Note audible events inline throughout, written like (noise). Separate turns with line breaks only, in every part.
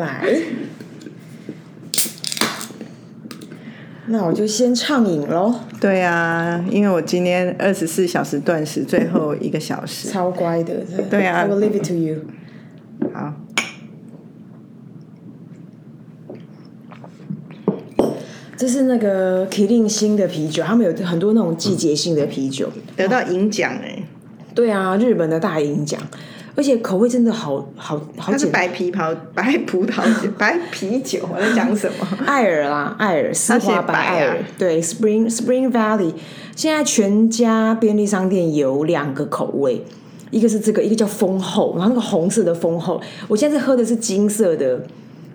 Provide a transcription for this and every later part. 来，那我就先畅饮喽，
对啊，因为我今天二十四小时断食，最后一个小时。
超乖的。真的
对啊
i will leave it to you。
好，
这是那个麒麟星的啤酒，他们有很多那种季节性的啤酒。
得到银奖哎，
对啊，日本的大银奖，而且口味真的好好好
它是
简单。
白皮袍 (laughs) 白葡萄酒 (laughs) 白啤酒，我在讲什
(laughs)
么？
艾尔啦，艾尔丝
写
滑白
白啊
艾尔，对，Spring Spring Valley，现在全家便利商店有两个口味，一个是这个，一个叫丰厚，然后那个红色的丰厚，我现在喝的是金色的。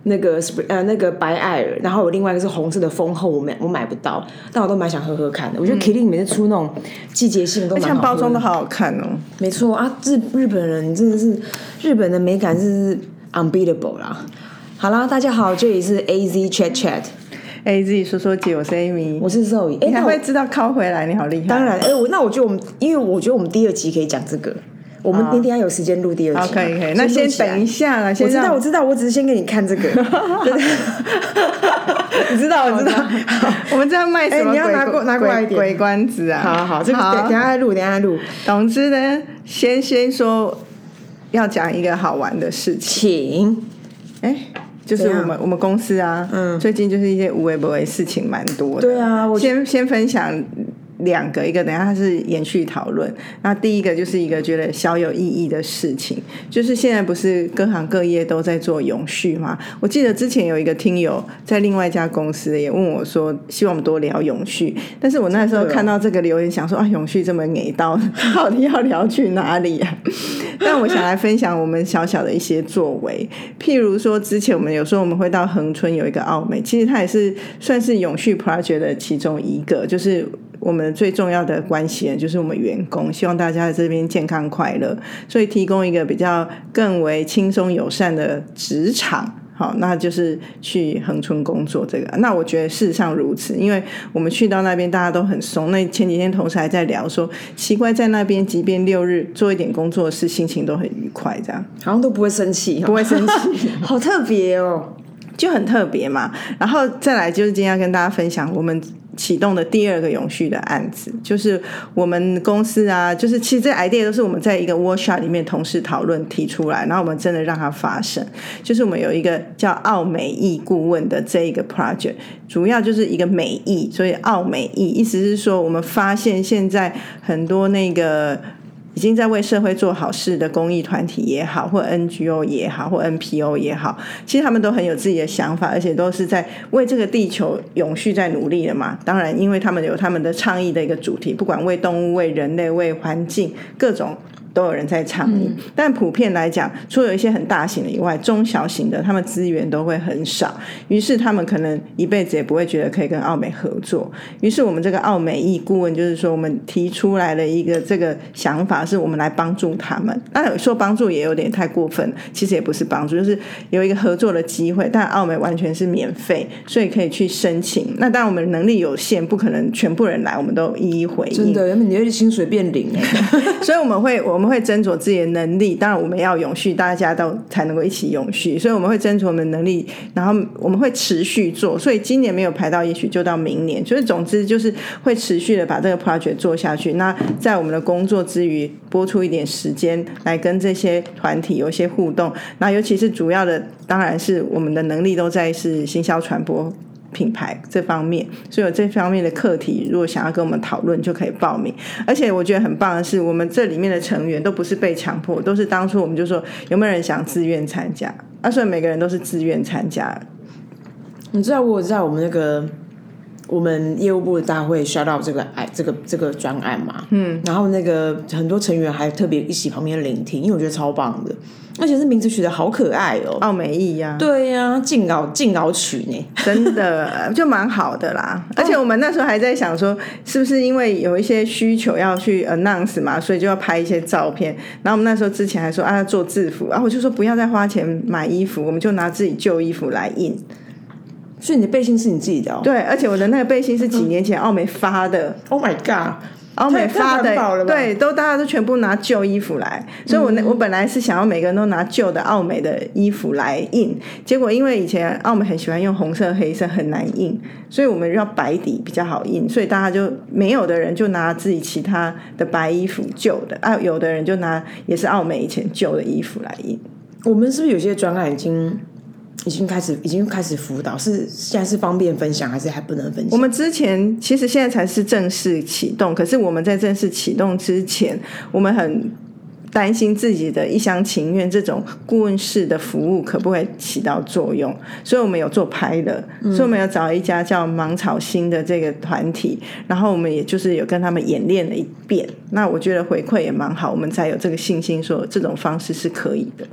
那个 Spring 呃那个白艾尔，然后有另外一个是红色的丰厚，我买我买不到，但我都蛮想喝喝看的。我
嗯
觉得 Killing 每次出那种季节性都蛮好
像
喝的
包装都好好看哦。
没错啊，日日本人真的是日本的美感是 unbeatable 啦。好啦，大家好，这里是 A Z Chat Chat，
A Z 哎说说姐，我是 Amy，
我是 Zoe。哎、
你还
那我
会知道靠回来，你好厉害。 (laughs)
当然，哎、我那我觉得我们，因为我觉得我们第二集可以讲这个，我们你等一下有时间录第二集嘛、
好，可以可以，那
录
先
起来
等一。下啦，
我
先
知道，
让
我知道，我只是先给你看这个，
(laughs)
对对你知道，我知道。好
(laughs) 我们这样卖
哎
什么
你
鬼？
要拿过拿过来一
鬼
点
鬼关子啊！
好好好，这个
好
等等一下再录，等一下再录。
总之呢，先先说要讲一个好玩的事情，
请，
哎、就是
怎样
我们我们公司啊，
嗯
最近就是一些无微不微事情蛮多的。
对啊我
先先分享两个，一个等一下它是延续讨论，那第一个就是一个觉得小有意义的事情，就是现在不是各行各业都在做永续嘛？我记得之前有一个听友在另外一家公司也问我说，希望我们多聊永续，但是我那时候
真的哦
看到这个留言，想说啊，永续这么给到， (laughs) 到底要聊去哪里啊？ (laughs) 但我想来分享我们小小的一些作为，譬如说，之前我们有时候我们会到恒春有一个奥美，其实它也是算是永续 project 的其中一个，就是我们最重要的关系人就是我们员工，希望大家在这边健康快乐，所以提供一个比较更为轻松友善的职场。好，那就是去恒春工作这个。那我觉得事实上如此，因为我们去到那边大家都很松。那前几天同事还在聊说，奇怪，在那边即便六日做一点工作事，心情都很愉快，这样
好像都不会生气，
不会生气。
(laughs) 好特别哦。
就很特别嘛。然后再来就是今天要跟大家分享我们启动的第二个永续的案子，就是我们公司啊，就是其实这 idea 都是我们在一个 workshop 里面同事讨论提出来，然后我们真的让它发生。就是我们有一个叫奥美意顾问的这一个 project，主要就是一个美意，所以奥美意意思是说我们发现现在很多那个。已经在为社会做好事的公益团体也好，或 NGO 也好，或 NPO 也好，其实他们都很有自己的想法，而且都是在为这个地球永续在努力的嘛。当然，因为他们有他们的倡议的一个主题，不管为动物、为人类、为环境，各种都有人在倡议。但普遍来讲，除了有一些很大型的以外，中小型的他们资源都会很少，于是他们可能一辈子也不会觉得可以跟奥美合作。于是我们这个奥美意顾问就是说，我们提出来了一个这个想法，是我们来帮助他们。那有说帮助也有点太过分，其实也不是帮助，就是有一个合作的机会。但奥美完全是免费，所以可以去申请。那当然我们能力有限，不可能全部人来，我们都一一回应。
真的，原本你的薪水变零
欸
哎、
所以我们会我们会斟酌自己的能力，当然我们要永续，大家都才能够一起永续。所以我们会斟酌我们的能力，然后我们会持续做。所以今年没有排到，也许就到明年。就是总之就是会持续的把这个 project 做下去。那在我们的工作之余，拨出一点时间来跟这些团体有一些互动。那尤其是主要的，当然是我们的能力都在是行销传播。品牌这方面，所以有这方面的课题，如果想要跟我们讨论，就可以报名。而且我觉得很棒的是，我们这里面的成员都不是被强迫，都是当初我们就说有没有人想自愿参加，啊，所以每个人都是自愿参加。
你知道我有在我们那个我们业务部的大会 shout out 这个哎这个这个专案嘛，嗯，然后那个很多成员还特别一起旁边聆听，因为我觉得超棒的，而且这名字取得好可爱哦、
奥美意呀、
对呀、敬老敬老曲呢，
真的 (laughs) 就蛮好的啦。而且我们那时候还在想说，是不是因为有一些需求要去 announce 嘛，所以就要拍一些照片。然后我们那时候之前还说啊，要做制服，然后我就说不要再花钱买衣服，我们就拿自己旧衣服来印。
所以你的背心是你自己的、哦
对，而且我的那个背心是几年前奥美发的，
，Oh my god，太
欧美
太
发
环保了
的，
吧嗯
对，都大家都全部拿旧衣服来，所以我那、我本来是想要每个人都拿旧的澳美的衣服来印，结果因为以前澳美很喜欢用红色黑色很难印，所以我们要白底比较好印，所以大家就没有的人就拿自己其他的白衣服旧的，啊，有的人就拿也是澳美以前旧的衣服来印。
我们是不是有些专案已经已经开始已经开始辅导？是现在是方便分享还是还不能分
我
享？
们之前其实现在才是正式启动，可是我们在正式启动之前，我们很担心自己的一厢情愿这种顾问式的服务可不可以起到作用，所以我们有做拍的，
嗯
所以我们有找一家叫芒草心的这个团体，然后我们也就是有跟他们演练了一遍，那我觉得回馈也蛮好，我们才有这个信心说这种方式是可以的。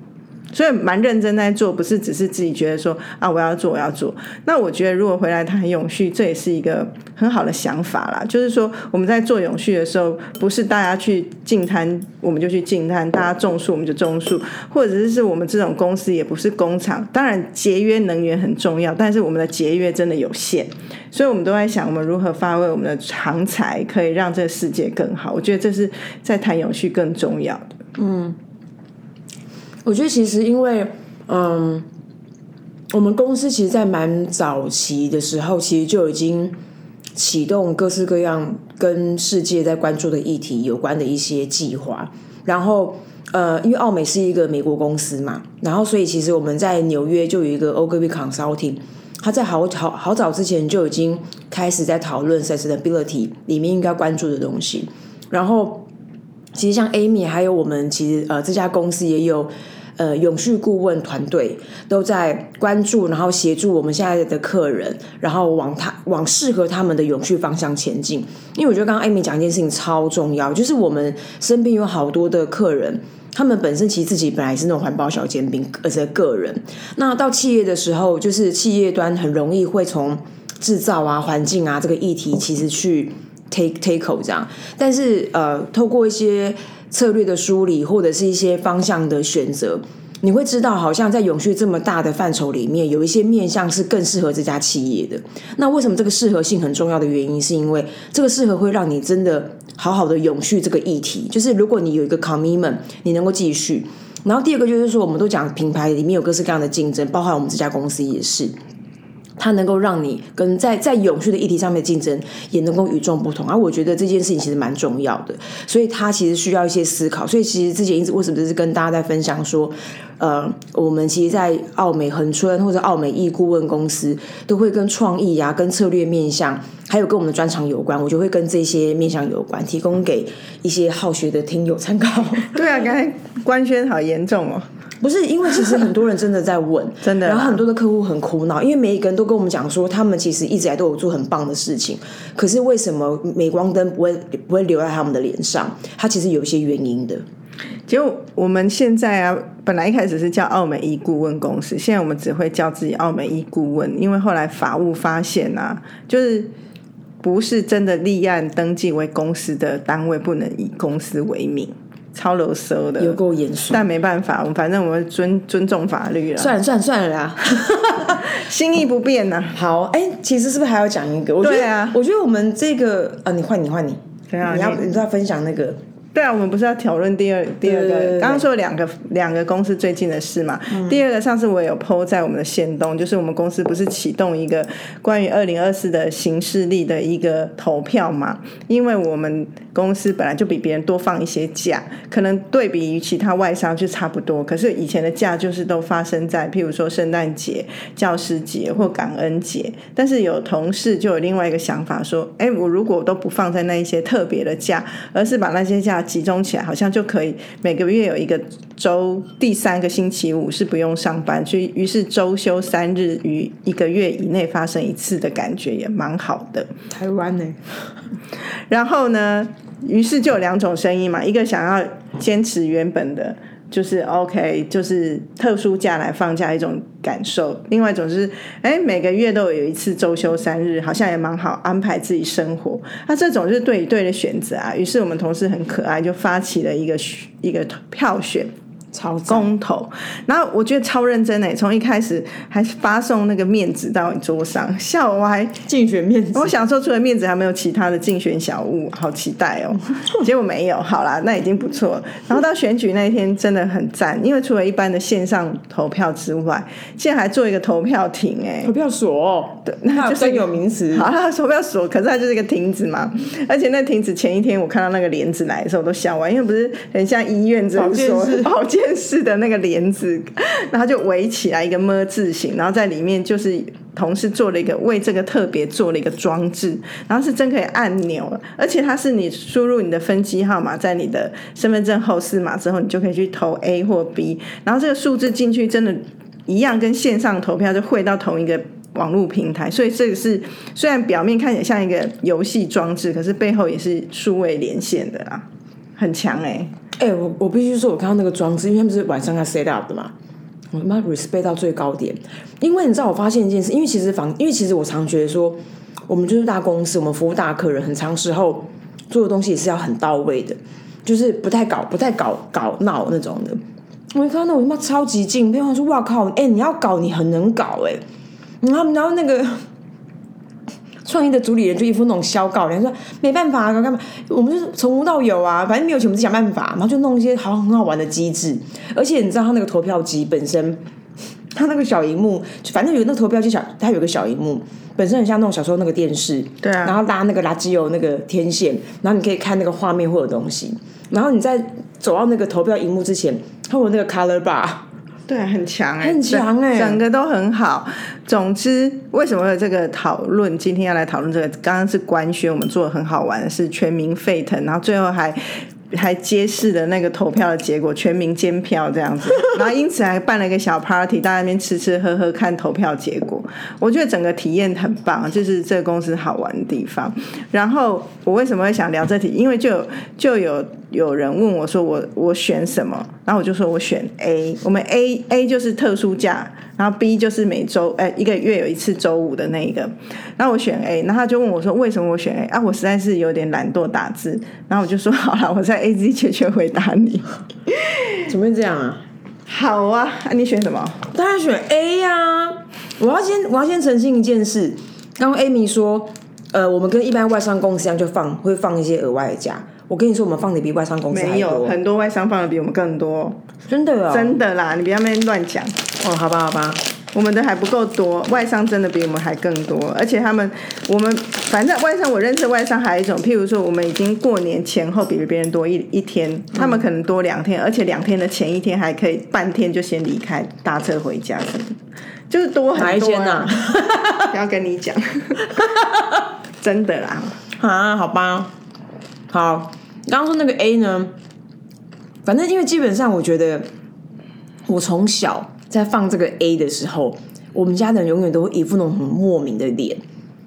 所以蛮认真在做，不是只是自己觉得说啊我要做我要做。那我觉得如果回来它很永续，这也是一个很好的想法啦。就是说我们在做永续的时候，不是大家去净滩我们就去净滩，大家种树我们就种树，或者是我们这种公司也不是工厂。当然节约能源很重要，但是我们的节约真的有限，所以我们都在想我们如何发挥我们的长才，可以让这个世界更好。我觉得这是在谈永续更重要的。
我觉得其实因为嗯，我们公司其实，在蛮早期的时候，其实就已经启动各式各样跟世界在关注的议题有关的一些计划，然后。呃，因为奥美是一个美国公司嘛，然后所以其实我们在纽约就有一个 Ogilvy Consulting，他在好好好早之前就已经开始在讨论 sustainability 里面应该关注的东西。然后，其实像 Amy 还有我们，其实呃这家公司也有呃永续顾问团队都在关注，然后协助我们现在的客人，然后往他往适合他们的永续方向前进。因为我觉得刚刚 Amy 讲一件事情超重要，就是我们身边有好多的客人。他们本身其实自己本来是那种环保小尖兵，而且个人。那到企业的时候，就是企业端很容易会从制造啊、环境啊这个议题，其实去 take take 口这样。但是呃，透过一些策略的梳理，或者是一些方向的选择，你会知道，好像在永续这么大的范畴里面，有一些面向是更适合这家企业的。那为什么这个适合性很重要的原因，是因为这个适合会让你真的好好的永续这个议题。就是如果你有一个 commitment，你能够继续。然后第二个就是说，我们都讲品牌里面有各式各样的竞争，包含我们这家公司也是。它能够让你跟在在永续的议题上面竞争，也能够与众不同。而、我觉得这件事情其实蛮重要的，所以它其实需要一些思考。所以其实之前一直为什么就是跟大家在分享说，呃，我们其实，在澳美恒春或者澳美易顾问公司，都会跟创意啊、跟策略面向，还有跟我们的专长有关，我就会跟这些面向有关，提供给一些好学的听友参考。
对啊，刚才官宣好严重哦。
不是因为其实很多 (laughs) 人真的在问，
真的啦
然后很多的啊客户很苦恼，因为每一个人都跟我们讲说，他们其实一直以来都有做很棒的事情，可是为什么镁光灯不会不会留在他们的脸上？它其实有一些原因的。
结果我们现在啊，本来一开始是叫澳美一顾问公司，现在我们只会叫自己澳美一顾问，因为后来法务发现啊，就是不是真的立案登记为公司的单位不能以公司为名，超啰嗦
有
的。
够严肃，
但没办法，我们反正我们尊尊重法律
(laughs)
了， (laughs)
算了算了算了啦。
心意不变啊呐、
好，哎、其实是不是还要讲一个？我觉得，
对啊
我觉得我们这个啊，你换你换你，
对啊
你要
你
你都要分享那个，
对啊，我们不是要讨论第二第二
对对对嗯
个，
对
刚刚说有两个两个公司最近的事嘛。第二个上次我有 PO 在我们的线动，就是我们公司不是启动一个关于二零二四的行事历的一个投票嘛？因为我们公司本来就比别人多放一些假，可能对比于其他外商就差不多，可是以前的假就是都发生在譬如说圣诞节、教师节或感恩节，但是有同事就有另外一个想法说，哎，我如果都不放在那一些特别的假，而是把那些假集中起来，好像就可以每个月有一个周第三个星期五是不用上班，所以于是周休三日于一个月以内发生一次的感觉也蛮好的。
台湾呢、
然后呢，于是就有两种声音嘛，一个想要坚持原本的，就是 OK，就是特殊假来放假一种感受；，另外一种就是，哎，每个月都有一次周休三日，好像也蛮好安排自己生活。那、这种就是啊对与对的选择啊。于是我们同事很可爱，就发起了一个一个投票选。
超赞
公投，然后我觉得超认真诶、从一开始还发送那个面子到你桌上，下午我还
竞选面子
我想说，除了面子，还没有其他的竞选小物，好期待哦。结果没有，好啦，那已经不错了。然后到选举那一天，真的很赞，因为除了一般的线上投票之外，现在还做一个投票亭、
投票所，对，哦那
就是
专有名词
哎，。好啦，投票所，可是它就是一个亭子嘛。而且那亭子前一天我看到那个帘子来的时候，我都笑完，因为不是很像医院诊
保
所
健室
保健室的那个帘子，然后就围起来一个么字形，然后在里面就是同事做了一个为这个特别做了一个装置，然后是真可以按钮了，而且它是你输入你的分机号码在你的身份证后四码之后，你就可以去投 A 或 B，然后这个数字进去真的一样跟线上投票就汇到同一个。网络平台，所以这个是虽然表面看起来像一个游戏装置，可是背后也是数位连线的啦，很强哎、
哎、我我必须说，我看到那个装置，因为他们是晚上要 set up 的嘛，我他妈 respect 到最高点。因为你知道，我发现一件事，因为其实房，因为其实我常觉得说，我们就是大公司，我们服务大客人，很长时候做的东西也是要很到位的，就是不太搞、不太搞搞闹那种的。我一看到那我他妈超级敬佩，我想说哇靠，哎、你要搞你很能搞哎、然后然后那个。 (laughs) 创意的主理人就一副那种消告脸，说没办法啊，干嘛？我们就是从无到有啊，反正没有钱我们自己想办法，然后就弄一些好很好玩的机制。而且你知道他那个投票机本身， (laughs) 他那个小荧幕，反正有那个投票机小，它有个小荧幕，本身很像那种小时候那个电视，
对啊
然后拉那个垃圾油那个天线，然后你可以看那个画面会有东西，然后你在走到那个投票荧幕之前，它有那个 color bar。
对，很强哎、
很强欸
整整个都很好。总之，为什么会有这个讨论？今天要来讨论这个，刚刚是官宣，我们做的很好玩的是全民沸腾，然后最后还。还揭示了那个投票的结果，全民监票这样子，然后因此还办了一个小 party，大家在那边吃吃喝喝看投票结果。我觉得整个体验很棒，就是这个公司好玩的地方。然后我为什么会想聊这题？因为就有就有有人问我说我我选什么，然后我就说我选 A。我们 A A 就是特殊假，然后 B 就是每周呃一个月有一次周五的那一个。然后我选 A，然后他就问我说为什么我选 A 啊？我实在是有点懒惰打字，然后我就说 (laughs) 好了，我在 A Z 解决回答你。
怎么会这样啊？
好啊，啊你选什么？
当然选 A 呀、我要先我要先澄清一件事，刚刚 Amy 说，呃，我们跟一般外商公司一样，就放会放一些额外的假。我跟你说，我们放的比外商公司还
没有，
多，
很多外商放的比我们更多，
真的哦，
真的啦，你不要在那边乱讲。
哦，好吧，好吧，
我们的还不够多，外商真的比我们还更多，而且他们，我们反正外商我认识的外商还有一种，譬如说我们已经过年前后比别人多一一天，
嗯
他们可能多两天，而且两天的前一天还可以半天就先离开，搭车回家什么的，就是多很多、啊。
哪一间呐、
不 (laughs) 要跟你
(laughs)
讲，真的啦，
啊？啊，好吧，好，刚刚说那个 A 呢，反正因为基本上我觉得，我从小在放这个 A 的时候，我们家的人永远都会一副那种很莫名的脸，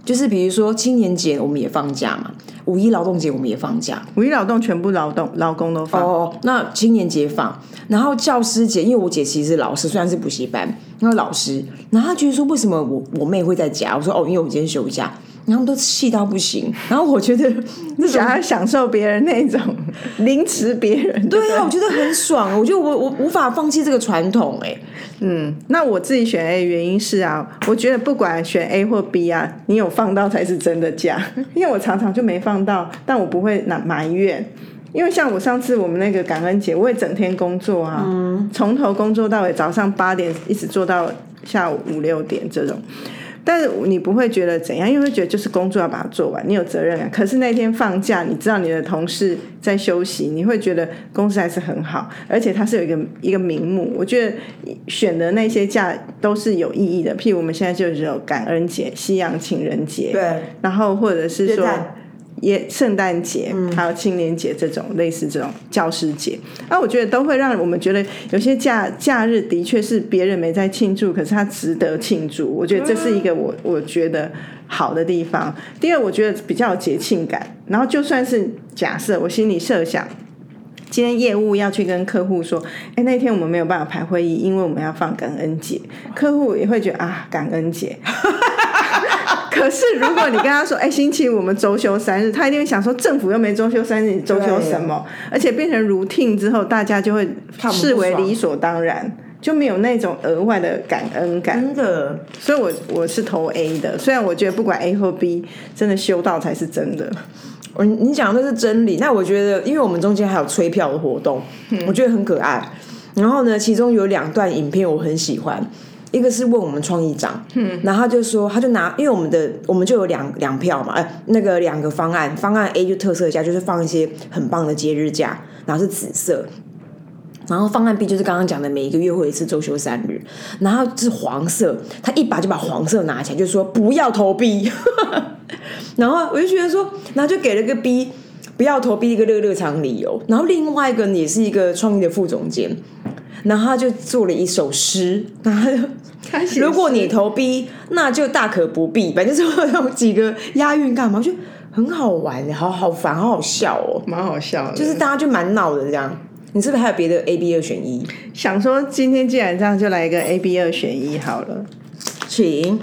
就是比如说青年节我们也放假嘛，五一劳动节我们也放假，
五一劳动全部劳动劳工都放。
哦，那青年节放，然后教师节，因为我姐其实是老师，虽然是补习班，然后老师，然后她觉得说为什么我我妹会在家？我说哦，因为我今天休假，然后他们都气到不行。然后我觉得那种
(laughs) 想要享受别人那种 (laughs) 凌迟别人，
对啊呀、我觉得很爽，我觉得我我无法放弃这个传统哎、
那我自己选 A 原因是啊，我觉得不管选 A 或 B 啊，你有放到才是真的假， (laughs) 因为我常常就没放到，但我不会拿埋怨。因为像我上次我们那个感恩节，我也整天工作啊，从头工作到尾，早上八点一直做到下午五六点这种，但是你不会觉得怎样，因为会觉得就是工作要把它做完，你有责任感。可是那天放假，你知道你的同事在休息，你会觉得公司还是很好，而且它是有一个一个名目。我觉得选的那些假都是有意义的，譬如我们现在就是有感恩节、西洋情人节，
对，
然后或者是说
圣诞
也圣诞节，还有青年节这种类似这种教师节，那、我觉得都会让我们觉得有些假假日的确是别人没在庆祝，可是它值得庆祝。我觉得这是一个我我觉得好的地方。第二，我觉得比较有节庆感。然后就算是假设我心里设想。今天业务要去跟客户说，哎，那天我们没有办法排会议，因为我们要放感恩节。客户也会觉得啊，感恩节， (laughs) 可是如果你跟他说，哎、星期五我们周休三日，他一定会想说，政府又没周休三日，你周休什么？而且变成 routine 之后，大家就会
看我们不
视为
爽
理所当然，就没有那种额外的感恩感。
真的，
所以我我是投 A 的，虽然我觉得不管 A 或 B，真的修到才是真的。
我哦你讲的都是真理。那我觉得，因为我们中间还有吹票的活动，我觉得很可爱。然后呢，其中有两段影片我很喜欢，一个是问我们创意长，嗯，然后他就说，他就拿，因为我们的我们就有两两票嘛，哎，那个两个方案，方案 A 就特色价，就是放一些很棒的节日假，然后是紫色。然后方案 B 就是刚刚讲的，每一个月会有一次周休三日，然后是黄色，他一把就把黄色拿起来，就说不要投币， (laughs) 然后我就觉得说，然后就给了个 B 不要投 B 一个热热场理由，然后另外一个也是一个创意的副总监，然后他就做了一首诗，然后他就
开始
如果你投 B，那就大可不必，反正就是有几个押韵干嘛，我觉得很好玩，好好烦，好好笑哦，
蛮好笑的，
就
就
是大家就蛮闹的这样。你是不是还有别的 A、B 二选一？
想说今天既然这样，就来一个 A、B 二选一好了。
请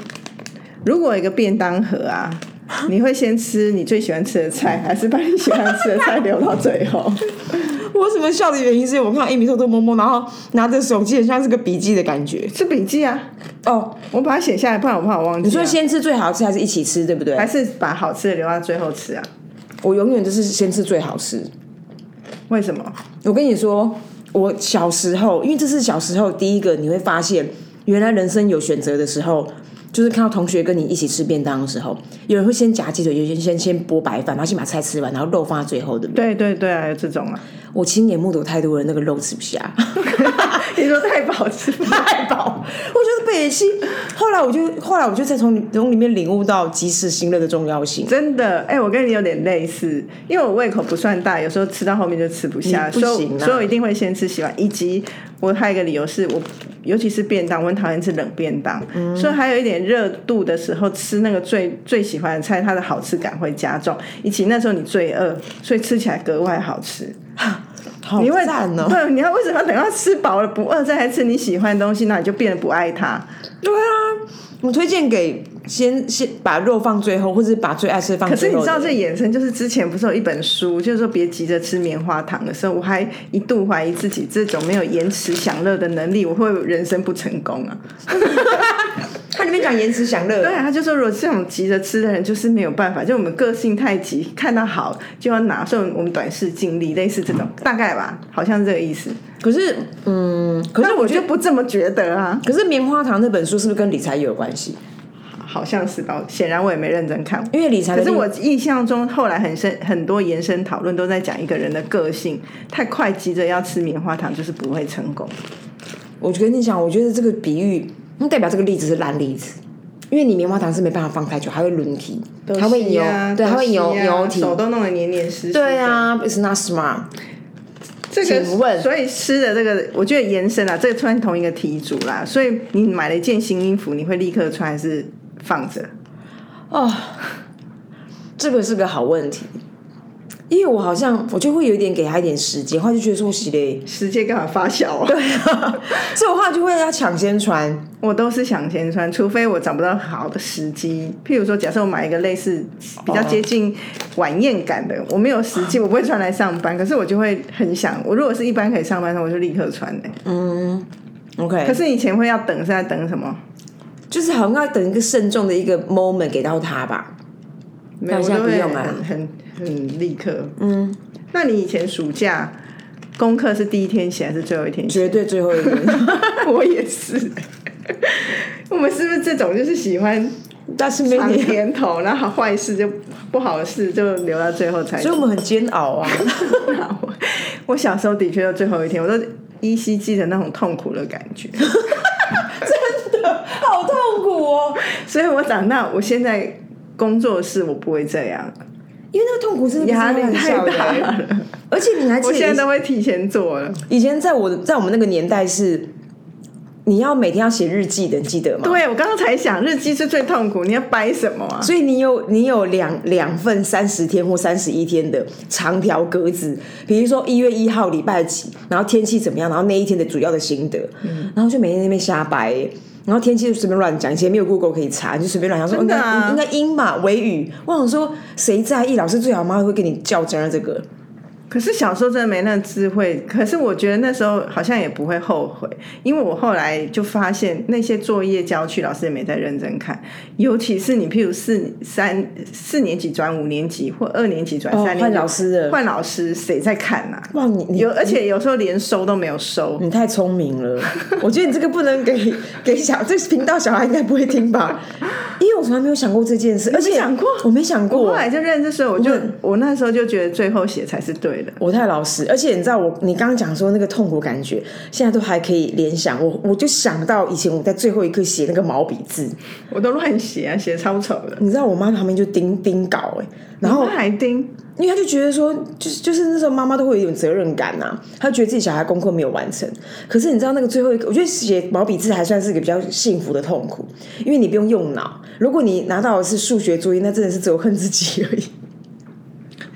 如果有一个便当
(laughs)
盒啊，你会先吃你最喜欢吃的菜，还是把你喜欢吃的菜留到最
(laughs)
后？
我为什么笑的原因是我看到 Amy 偷偷摸摸，然后拿着手机，很像是个笔记的感觉。
是笔记啊，
哦，
我把它写下来，不然我怕我忘记、啊。
你说先吃最好吃还是一起吃，对不对
还？是把好吃的留到最后吃啊？
我永远就是先吃最好吃。
为什么？
我跟你说，我小时候，因为这是小时候第一个你会发现，原来人生有选择的时候，就是看到同学跟你一起吃便当的时候，有人会先夹鸡腿，有人先先剥白饭，然后先把菜吃完，然后肉放在最后，对不对？
对对对啊，有这种
(laughs)
啊， (laughs)
我亲眼目睹太多人那个肉吃不下， (laughs)
你说太饱吃不下
太饱，我就是北西。后来我就后来我就再从里从里面领悟到及时行乐的重要性。
真的，哎、我跟你有点类似，因为我胃口不算大，有时候吃到后面就吃不下，
你不
所以
行
我
啊
所以我一定会先吃喜欢，以及我还有一个理由是我，尤其是便当，我很讨厌吃冷便当，
嗯
所以还有一点热度的时候吃那个最最喜欢的菜，它的好吃感会加重，以及那时候你最饿，所以吃起来格外好吃。
好
你会
赞哦！
对，你要为什么要等到吃饱了不饿再来吃你喜欢的东西，那你就变得不爱它。
对啊，我推荐给先先把肉放最后，或者把最爱吃的放
可是
最
你
后的人。
知道这衍生就是之前不是有一本书，就是说别急着吃棉花糖的时候，我还一度怀疑自己这种没有延迟享乐的能力，我会不会人生不成功啊？
它里面讲延迟享乐，
对啊，他就说如果这种急着吃的人就是没有办法，就我们个性太急，看到好就要拿，所以我们短视近利，类似这种大概吧，好像是这个意思。
可是嗯，可是
但我
我觉
就
得，
不这么觉得啊，
可是棉花糖那本书是不是跟理财也有关系？
好像是吧？显然我也没认真看。
因为理财的
可是
另
我印象中，后来很深很多延伸讨论都在讲一个人的个性太快急着要吃棉花糖，就是不会成功。
我跟你讲，我觉得这个比喻，那代表这个例子是烂例子，因为你棉花糖是没办法放太久，它会轮体，它会
有
扭，啊对，它会扭扭体。
啊手啊都弄得黏黏湿湿。
对，啊，It's not smart。
这个
请问
所以吃的这个，我觉得延伸啊，这个穿同一个题组啦，所以你买了一件新衣服，你会立刻穿还是放着？
哦，这个是个好问题，因为我好像我就会有一点给他一点时间，后来就觉得说我洗嘞，
时间干嘛发酵啊？对
(laughs) 所以我后来就会要抢先穿。
我都是想先穿，除非我找不到好的时机。譬如说，假设我买一个类似比较接近晚宴感的，我没有时
哦
机，我不会穿来上班。可是我就会很想，我如果是一般可以上班的，我就立刻穿的、
嗯
可
OK，
是以前会要等，是在等什么？
就是好像要等一个慎重的一个 moment 给到他吧。
没有，
那
我
现在
都会
不用啊
很很很立刻。嗯，那你以前暑假功课是第一天写还是最后一天写？
绝
(laughs)
对最后一个，
我也是。我们是不是这种就是喜欢
但是没
尝
你，
甜头，然后坏事就不好的事就留到最后才
所以我们很煎熬
(laughs)
啊。
我我小时候的确到最后一天，我都依稀记得那种痛苦的感觉。 (laughs)
好痛苦哦！
所以我长大，我现在工作室我不会这样，
因为那个痛苦真的不是
压
开
力
玩
太
笑的
大了。
而且你还记
(laughs) 我
得
现
以
在都会提前做了。
以前在我的在我们那个年代是，你要每天要写日记的，你记得吗？
对，我刚刚才想，日记是最痛苦，你要掰什么 (laughs) 啊？
所以你有你有两两份三十天或三十一天的长条格子，比如说一月一
嗯
号礼拜几，然后天气怎么样，然后那一天的主要的心得，然后就每天在那边瞎掰、欸然后天气就随便乱讲，以前没有 Google 可以查，就随便乱想说，
嗯真的啊
哦应该应该阴吧，微雨。我想说谁在意？老师最好妈会跟你较真儿这个。
可是小时候真的没那智慧，可是我觉得那时候好像也不会后悔，因为我后来就发现那些作业交去，老师也没在认真看，尤其是你譬如四三四年级转五年级或二年级转
哦
三年级，
换老师了
换老师谁在看呐、
哇，你你
有，而且有时候连收都没有收。
你太聪明
(laughs)
了，我觉得你这个不能给 (laughs) 给小这频道小孩应该不会听吧？因为我从来没有想过这件事，而且
想过
我没想
我后
过，
来就认识时候，我就我那时候就觉得最后写才是对的。
我太老实。而且你知道我，你刚刚讲说那个痛苦感觉，现在都还可以联想。我我就想到以前我在最后一刻写那个毛笔字，
我都乱写啊，写超丑的。
你知道我妈旁边就盯盯稿哎、然后
我还盯，
因为她就觉得说，就是就是那时候妈妈都会有一种责任感呐、她觉得自己小孩功课没有完成。可是你知道那个最后一个，我觉得写毛笔字还算是一个比较幸福的痛苦，因为你不用用脑。如果你拿到的是数学作业，那真的是只有恨自己而已。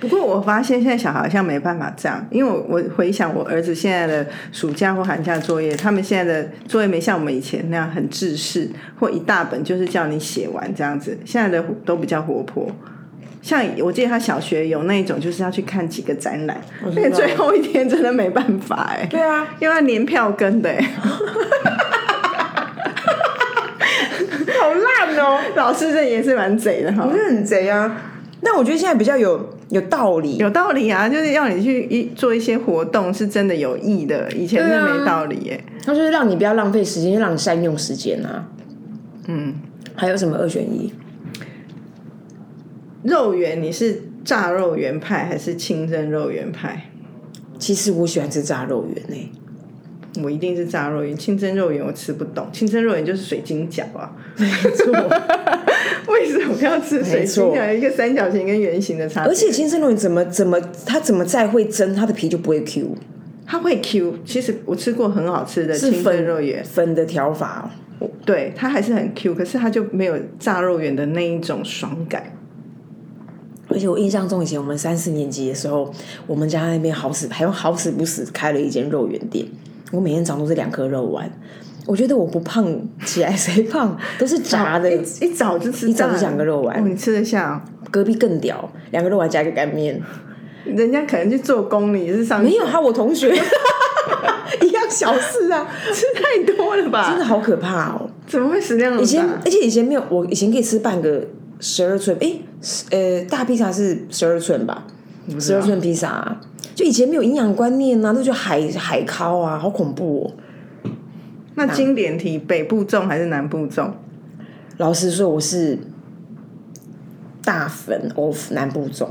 不过我发现现在小孩好像没办法这样，因为我我回想我儿子现在的暑假或寒假作业，他们现在的作业没像我们以前那样很制式，或一大本就是叫你写完这样子，现在的都比较活泼。像我记得他小学有那一种，就是要去看几个展览，
知道
那最后一天真的没办法哎、
对啊，
因为他年票跟的、欸，
好烂哦、
老师这也是蛮贼的哈
我。觉得很贼啊。但我觉得现在比较有有道理，
有道理啊，就是要你去一做一些活动，是真的有益的。以前
对
是
啊
没道理耶、
它就是让你不要浪费时间，就让你善用时间啊。
嗯，
还有什么二选一？
肉圆，你是炸肉圆派还是清蒸肉圆派？
其实我喜欢吃炸肉圆欸诶、
我一定是炸肉圆，清蒸肉圆我吃不懂。清蒸肉圆就是水晶饺啊， (laughs)
没错。
为什么要吃水
没
晶
错
饺？一个三角形跟圆形的差别，
而且金生龙怎么怎么它怎么再会蒸，它的皮就不会 Q，
它会 Q。其实我吃过很好吃的
是
清蒸
粉
肉圆，
粉的调法哦、
我对它还是很 Q，可是它就没有炸肉圆的那一种爽感。
而且我印象中，以前我们三四年级的时候，我们家那边好死还用好死不死开了一间肉圆店，我每天早上都是两颗肉丸。我觉得我不胖起来谁胖，都是炸的。
一一早就吃
一
炸
早
的，
就想个肉丸
哦，你吃得下哦、
隔壁更屌，两个肉丸加一个干面。
人家可能去做工，你是上
没有，他我同 (laughs) 学一样小事啊，
(laughs) 吃太多了吧？
真的好可怕哦。
怎么会食量那
以
么
前
大？
而且以前没有，我以前可以吃半个十二寸，诶，呃，大披萨是十二寸吧？十二寸披萨、啊，就以前没有营养观念呐、啊，都觉得海海烤啊，好恐怖哦。
那经典题，北部粽还是南部粽？
老实说，我是大粉 of 南部粽，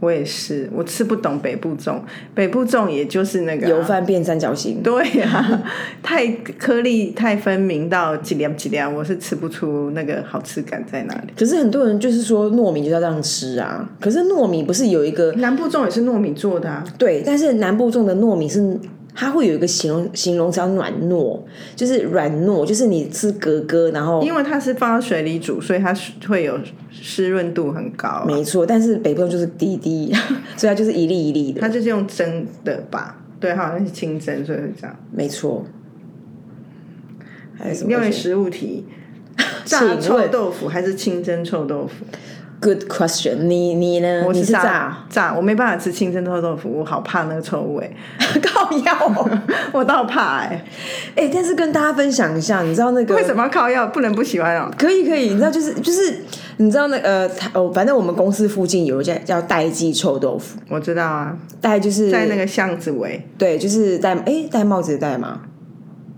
我也是，我吃不懂北部粽，北部粽也就是那个啊、
油饭变三角形。
对呀、 (laughs) 太颗粒太分明到几两几两，我是吃不出那个好吃感在哪里。
可是很多人就是说糯米就是要这样吃啊，可是糯米不是有一个
南部粽也是糯米做的啊，
对，但是南部种的糯米是它会有一个形容形容词叫软糯，就是软糯，就是你吃格格，然后
因为它是放到水里煮，所以它会有湿润度很高啊、
没错，但是北部粽就是滴滴， (laughs) 所以它就是一粒一粒的，
它就是用蒸的吧？对，好像是清蒸，所以会这样。
没错。还有什
另
么
外食
(laughs)
物题，
请
炸
问
臭豆腐还是清蒸臭豆腐？
？Good question，你你呢？
我
你是炸？
炸炸，我没办法吃清蒸臭豆腐，我好怕那个臭味，
(laughs) 靠药、哦？
我倒怕哎、
哎、但是跟大家分享一下，你知道那个
为什么要靠药？不能不喜欢哦。
可以可以，你知道就是就是你知道那呃台哦，反正我们公司附近有一家叫代记臭豆腐，
我知道啊，
代就是
在那个巷子尾，
对，就是戴哎戴帽子的戴嘛，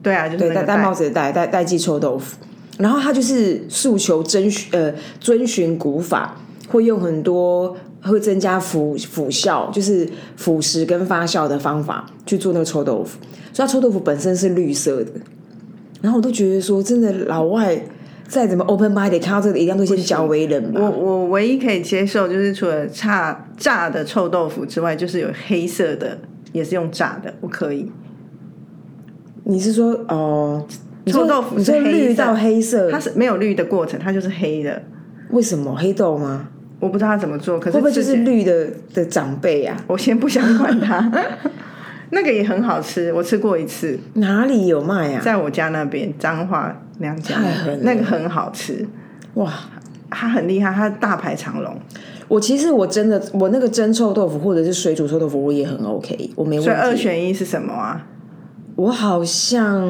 对啊，就是
对，
那
戴
个
戴帽
带。
子的戴戴戴季臭豆腐。然后他就是诉求遵循呃遵循古法，会用很多会增加腐腐效，就是腐蚀跟发酵的方法去做那个臭豆腐。所以它臭豆腐本身是绿色的，然后我都觉得说，真的老外再怎么 open minded 看到这个，一定都先较为人吧。
我我唯一可以接受就是除了炸炸的臭豆腐之外，就是有黑色的，也是用炸的，我可以。
你是说哦、你说
臭豆腐
你
是
说
黑
绿
色
到黑色
它，是没有绿的过程，它就是黑的。
为什么黑豆吗？
我不知道它怎么做，可是
会不会就
之
是
前
绿的的长辈啊？
我先不想管它。 (laughs) 那个也很好吃，我吃过一次，
哪里有卖啊？
在我家那边彰化娘家
太狠了
那个很好吃，
哇！
它很厉害，它大排长龙，
我其实我真的我那个蒸臭豆腐或者是水煮臭豆腐我也很 OK，我没
所以二
问题。
选一是什么啊？
我好像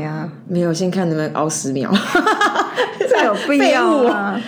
(laughs)
样？
没有，先看能不能熬十
(laughs)
秒。
这有必要吗？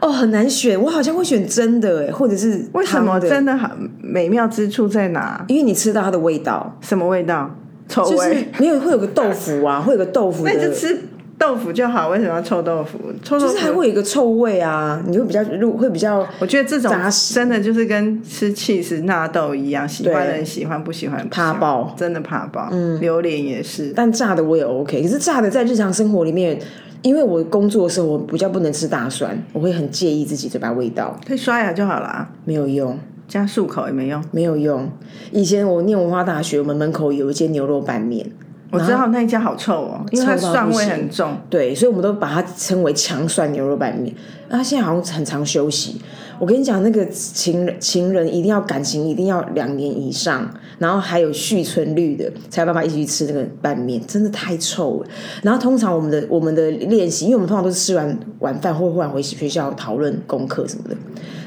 哦，很难选，我好像会选真的哎，或者是
为什
汤
么
的？
真的很美妙之处在哪？
因为你吃到它的味道，
什么味道？臭味？
就是没有会有个豆腐
(laughs)
啊，会有个豆腐
那你就
的，
吃豆腐就好，为什么要臭豆腐？臭豆
就
腐
是还会有一个臭味啊，你会比较入，会比较
我觉得这种
扎实
真的就是跟吃 cheese 纳豆一样，喜欢的人喜欢，不喜欢不喜欢
怕爆
真的怕爆。嗯，榴莲也是，
但炸的我也 OK，可是炸的在日常生活里面，因为我工作的时候我比较不能吃大蒜，我会很介意自己嘴巴味道，
可以刷牙就好啦，
没有用，
加漱口也没用。
没有用。以前我念文化大学，我们门口有一间牛肉拌面，
我知道那一家好臭哦、因为它蒜味很重。
对，所以我们都把它称为强蒜牛肉拌面。那它现在好像很常休息。我跟你讲，那个情人情人一定要感情一定要两年以上，然后还有续存率的，才有办法一起去吃那个拌面，真的太臭了。然后通常我们的我们的练习，因为我们通常都是吃完晚饭或忽然回学校讨论功课什么的，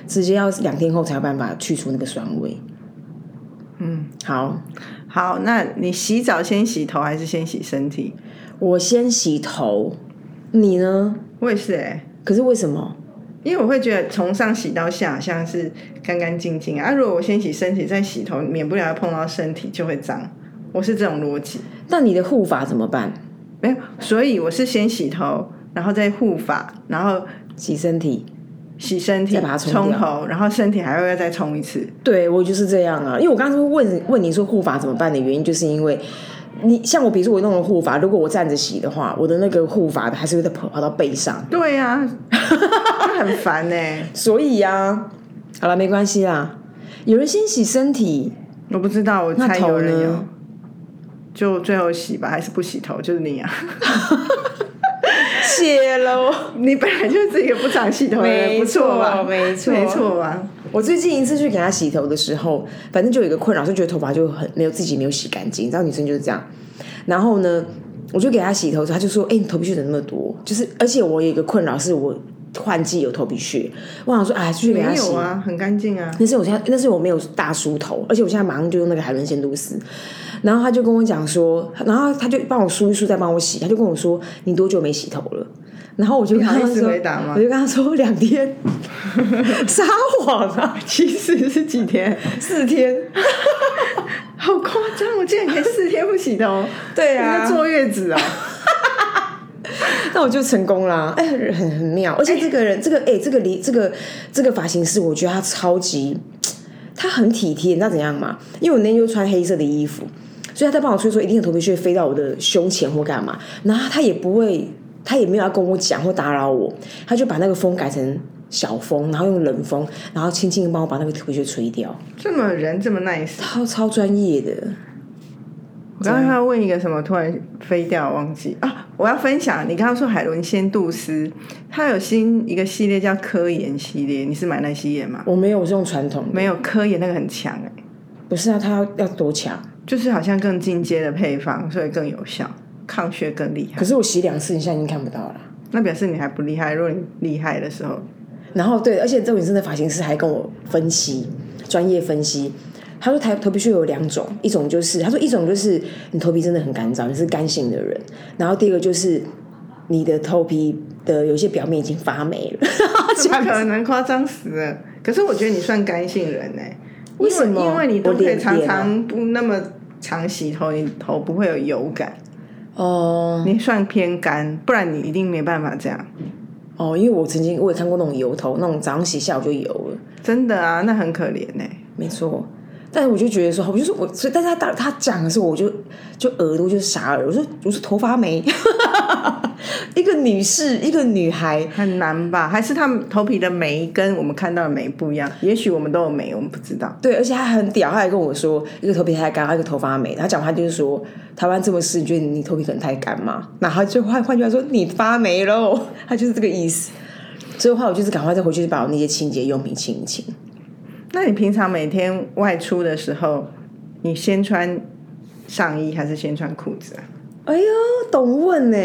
直接要两天后才有办法去除那个酸味。嗯，好，
好，那你洗澡先洗头还是先洗身体？
我先洗头，你呢？
我也是哎、
可是为什么？
因为我会觉得从上洗到下，像是干干净净啊。啊如果我先洗身体，再洗头，免不了要碰到身体就会脏。我是这种逻辑，
那你的护发怎么办？
没有，所以我是先洗头，然后再护发，然后
洗身体？
洗身体，
再把它冲
冲
掉
头，然后身体还会再冲一次。
对我就是这样啊，因为我刚刚问问你说护发怎么办的原因，就是因为你像我，比如说我弄了护发，如果我站着洗的话，我的那个护发的还是会再跑跑到背上，
对
(laughs)
呀、啊，那很烦欸呢、
所以呀、好了，没关系啦。有人先洗身体，
我不知道，我
那
猜有
头
人有
呢，？
就最后洗吧，还是不洗头？就是你啊， (laughs)
谢喽。
你本来就是一个不常洗头的人，
没
不错吧？
错没错
没错吧？
我最近一次去给他洗头的时候，反正就有一个困扰，就觉得头发就很没有自己没有洗干净，你知道女生就是这样。然后呢，我就给他洗头的时候，他就说：“哎、你头皮屑怎么那么多？”就是而且我有一个困扰是我换季有头皮屑，我想说哎，去给他
没
洗
有。啊，很干净啊。
但是我现在，但是我没有大梳头，而且我现在马上就用那个海伦仙露丝。然后他就跟我讲说，然后他就帮我梳一梳，再帮我洗。他就跟我说：“你多久没洗头了？”然后我就跟他
你好意思
说：“
回答吗
我就跟他说两
(laughs)
天，撒谎啊！”
其实是几天，
四天，
好夸张！我竟然可以四天不洗头，
(laughs) 对
你在
啊，
坐月子啊、
那我就成功啦！哎、很很妙，而且这个人，这个哎、这个离这个这个发型师，我觉得他超级，他很体贴，你知道怎样吗？因为我那天就穿黑色的衣服，所以他在帮我吹说，一定有头皮屑飞到我的胸前或干嘛，然后他也不会，他也没有要跟我讲或打扰我，他就把那个风改成小风，然后用冷风，然后轻轻地帮我把那个头皮屑吹掉，
(laughs) 这么人这么 nice。
超超专业的。
我刚刚要问一个什么，突然飞掉，忘记啊！我要分享，你刚刚说海伦仙杜斯，它有新一个系列叫科研系列，你是买那系列吗？
我没有，我是用传统的，
没有，科研那个很强哎、
不是啊，他要要多强？
就是好像更进阶的配方，所以更有效，抗血更厉害。
可是我洗两次，你现在已经看不到了。
那表示你还不厉害，如果你厉害的时候，
然后对，而且这种真的发型师还跟我分析，专业分析。他说头头皮屑有两种，一种就是他说一种就是你头皮真的很干燥，你是干性的人，然后第二个就是你的头皮的有些表面已经发霉了。
怎么 (laughs) 可能夸张死了？可是我觉得你算干性人呢、欸
为什么
因为你都
我
可以
脸
常
变了
常不那么常洗头，你头不会有油感，
哦
你算偏干，不然你一定没办法这样。
哦，因为我曾经我也看过那种油头，那种早上洗下午就油了，
真的啊，那很可怜呢、
没错。但是我就觉得说，我就说我，所以但是他他他讲的时候，我就就耳朵就傻了，我说我说头发没， (laughs) 一个女士，一个女孩，
很难吧？还是他们头皮的霉跟我们看到的霉不一样？也许我们都有霉，我们不知道。
对，而且他很屌，他还跟我说，一个头皮太干，他一个头发美。他讲话就是说，台湾这么湿，你觉得你头皮可能太干嘛？然后他就换换句话说，你发霉喽，他就是这个意思。所以的话，我就是赶快再回去把我那些清洁用品清一清。
那你平常每天外出的时候，你先穿上衣还是先穿裤子啊？
哎呦，懂问呢、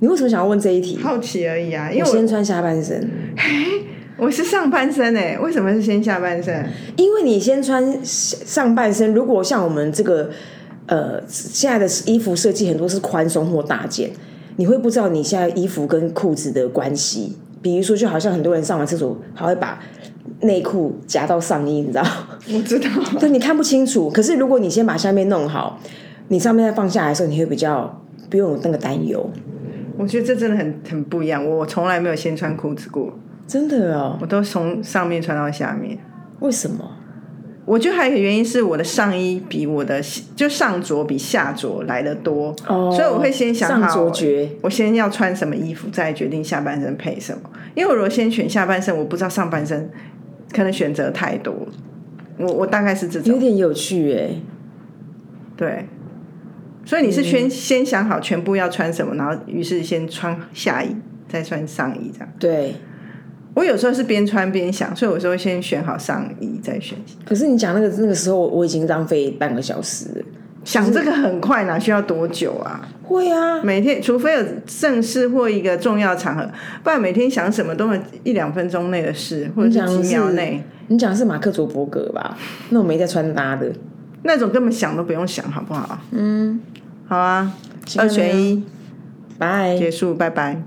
你为什么想要问这一题？
好奇而已啊，因
我
为我
先穿下半身，
我是上半身哎、为什么是先下
(laughs)
半身？
因为你先穿上半身，如果像我们这个呃现在的衣服设计很多是宽松或大件，你会不知道你现在衣服跟裤子的关系。比如说，就好像很多人上完厕所，还会把内裤夹到上衣，你知道？ (laughs)
我知道，
对，你看不清楚。可是如果你先把下面弄好，你上面再放下来的时候，你会比较不用有那个担忧。
我觉得这真的很很不一样，我从来没有先穿裤子过，
真的哦？
我都从上面穿到下面。
为什么？
我觉得还有一个原因是我的上衣比我的就上着比下着来的多，
哦
所以我会先想
上
好
卓绝
我先要穿什么衣服，再决定下半身配什么。因为我如果先选下半身，我不知道上半身可能选择太多。我我大概是这
有
种
点有趣哎、
对，所以你是先、先想好全部要穿什么，然后于是先穿下衣，再穿上衣这样。
对，
我有时候是边穿边想，所以我就会先选好上衣，再选
可是你讲那个那个时候，我已经浪费半个小时了。
想这个很快哪需要多久啊？
会啊，
每天，除非有正事或一个重要场合，不然每天想什么都没有一两分钟内的事，或者
你
是
讲
几
是
秒内，
你讲的是马克·卓伯格吧？那我没在穿搭的，
那种根本想都不用想，好不好？嗯，好啊，二选一，
拜。
结束，拜拜。